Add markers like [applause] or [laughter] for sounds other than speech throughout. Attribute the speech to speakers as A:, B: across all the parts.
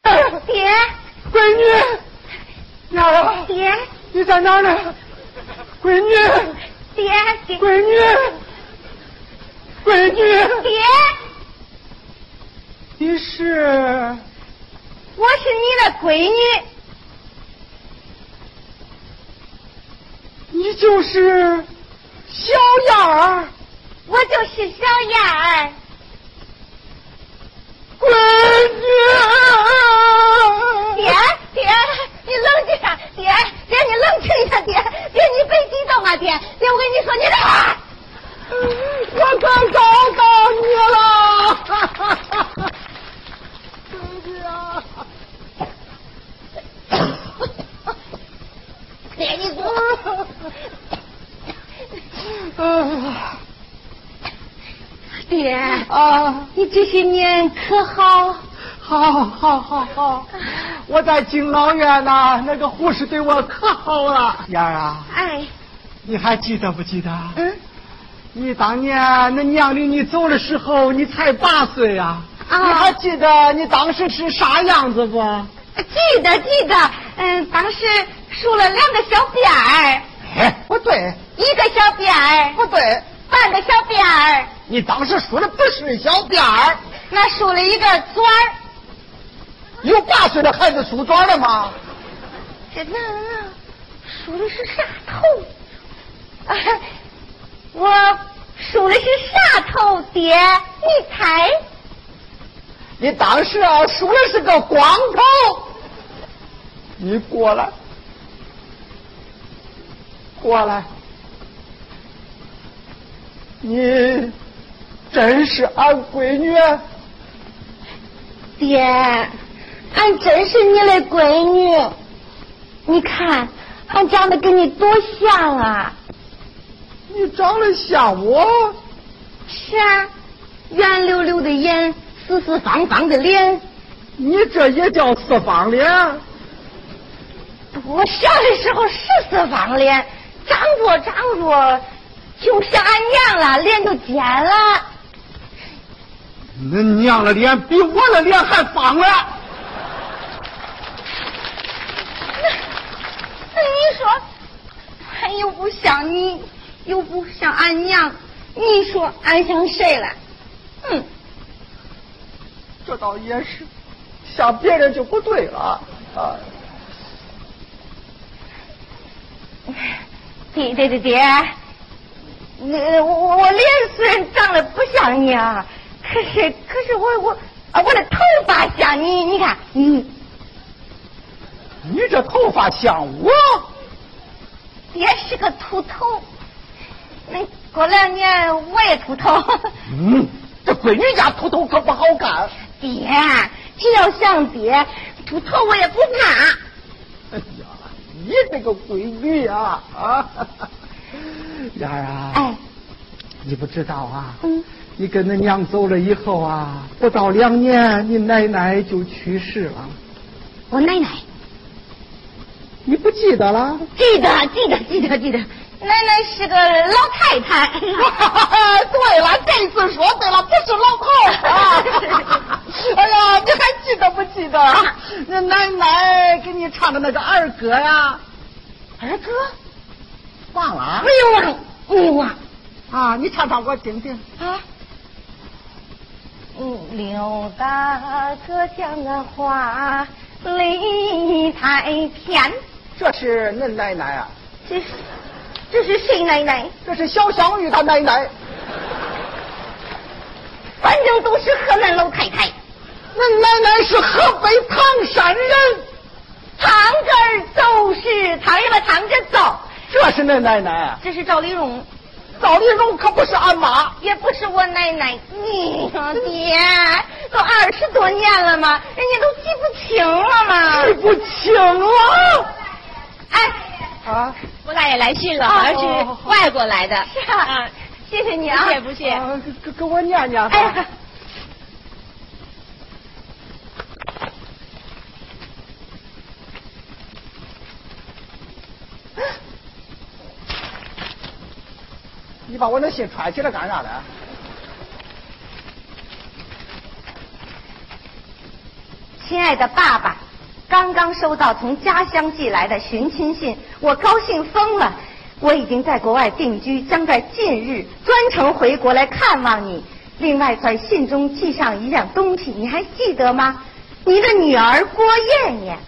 A: [laughs]
B: 啊
A: 爹，
B: 闺女，娘啊，
A: 爹，
B: 你在哪儿呢？闺女，
A: 爹，爹，
B: 闺女，闺女，
A: 爹，
B: 你是
A: 我是你的闺女，
B: 你就是小燕儿，
A: 我就是小燕儿。
B: 闺女
A: 爹，爹，你冷静下，爹，爹，你冷静下，爹，爹，你别激动啊，爹，爹，我跟你说，你的。
B: 我可找到你了，闺女啊！
A: 爹，你给我，
B: 啊
A: 爹，
B: 啊！
A: 你这些年可好？
B: 好，好，好，好！我在敬老院呐，那个护士对我可好了。燕儿啊，
A: 哎，
B: 你还记得不记得？
A: 嗯，
B: 你当年那娘领你走的时候，你才八岁啊！
A: 啊
B: 你还记得你当时是啥样子不？
A: 记得记得，嗯，当时梳了两个小辫儿，
B: 哎，不对，
A: 一个小辫儿，
B: 不对，
A: 半个小辫儿，
B: 你当时说的不是小辫儿。
A: 那梳了一个嘴儿。
B: 有八岁的孩子梳妆了吗？
A: 这那那梳的是啥头？啊，我梳的是啥头，爹？你猜？
B: 你当时啊，梳的是个光头。你过来，过来。你真是俺闺女，
A: 爹，俺真是你的闺女。你看，俺长得跟你多像啊！
B: 你长得像我。
A: 是啊，圆溜溜的眼，四四方方的脸，
B: 你这也叫四方脸？
A: 我小的时候是四方脸，长着长着就像俺娘了，脸就尖了。
B: 恁娘的脸比我的脸还方了。
A: 那你说，哎俺又不像你，又不像俺娘，你说俺像谁了？嗯，
B: 这倒也是，像别人就不对了啊。
A: 爹爹爹爹，那我我我脸虽然长得不像你啊，可是可是我我啊我的头发像你，你看，嗯，
B: 你这头发像我，
A: 爹是个秃头，那过两年我也秃头。 [laughs]
B: 嗯，这闺女家秃头可不好看。
A: 爹，只要像爹，秃头我也不怕。
B: 哎呀，你这个闺女啊啊！燕儿啊，
A: 哎，
B: 你不知道啊，
A: 嗯。
B: 你跟那娘走了以后啊，不到两年，你奶奶就去世了，
A: 我奶奶
B: 你不记得了？
A: 记得记得记得记得，奶奶是个老太太。
B: [laughs] 对了，这次说对了，不是老
A: [laughs]
B: 头啊！ [laughs] 哎呀，你还记得不记得？
A: 啊
B: 那奶奶给你唱的那个儿歌呀？
A: 二哥，哎
B: 忘了啊
A: 没有忘，没有忘
B: 啊？你唱唱给我听听。
A: 啊。嗯，刘大啊哥讲的话理太偏，
B: 这是恁奶奶啊，
A: 这是这是谁奶奶？
B: 这是小香玉她
A: [laughs]
B: 奶奶。
A: 反正都是河南老太太，
B: 恁奶奶是河北唐山人，
A: 堂哥儿都是堂爷把堂哥走，
B: 这是恁奶奶。
A: 这是赵丽蓉，
B: 赵丽蓉可不是俺妈，
A: 也不是我奶奶，你爹都二十多年了嘛，人家都记不清了嘛。
B: 记不清了
A: 哎，
B: 啊。
C: 我大爷来信了，
B: 哦
C: 好像是外国来的。
A: 是啊，谢谢你啊，
C: 不谢不谢。
B: 啊给给给我念念啊吧。
A: 哎呀，
B: 你把我那信揣起来干啥啊来？
A: 亲爱的爸爸，刚刚收到从家乡寄来的寻亲信，我高兴疯了。我已经在国外定居，将在近日专程回国来看望你。另外，在信中记上一样东西，你还记得吗？你的女儿郭艳艳。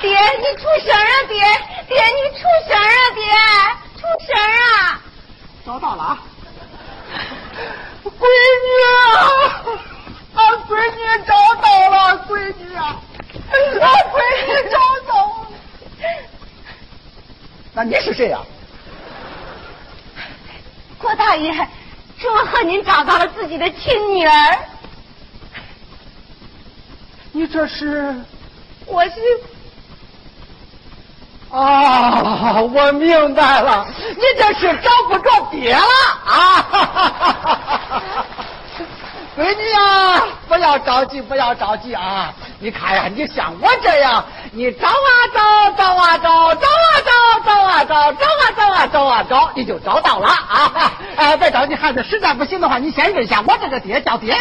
A: 爹，你出声啊！爹，爹，你出声啊！爹，出声啊！
B: 找到了啊！ [laughs] 闺女啊，啊，闺女找到了，闺女啊，啊，闺女找到了。那你是谁呀、
A: 郭大爷，祝贺您找到了自己的亲女儿。
B: 你这是？
A: 我是
B: 啊，我明白了，你这是找不着爹了啊！ [laughs] 闺女啊，不要着急，不要着急啊！你看呀，你像我这样，你找啊找，找啊找，找啊找，找啊找，找啊找啊找啊找，你就找到了啊！哎，再找你孩子实在不行的话，你先认下我这个爹叫爹。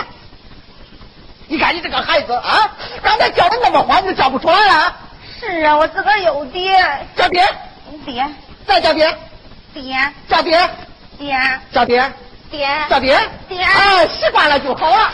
B: 你看你这个孩子啊，刚才叫的那么欢，你叫不出来啊？
A: 是啊，我自个儿有爹，
B: 叫爹。
A: 爹，
B: 再叫爹，
A: 爹，
B: 叫爹，
A: 爹，
B: 叫爹，
A: 爹，
B: 叫爹，
A: 爹
B: 哎，习惯了就好了。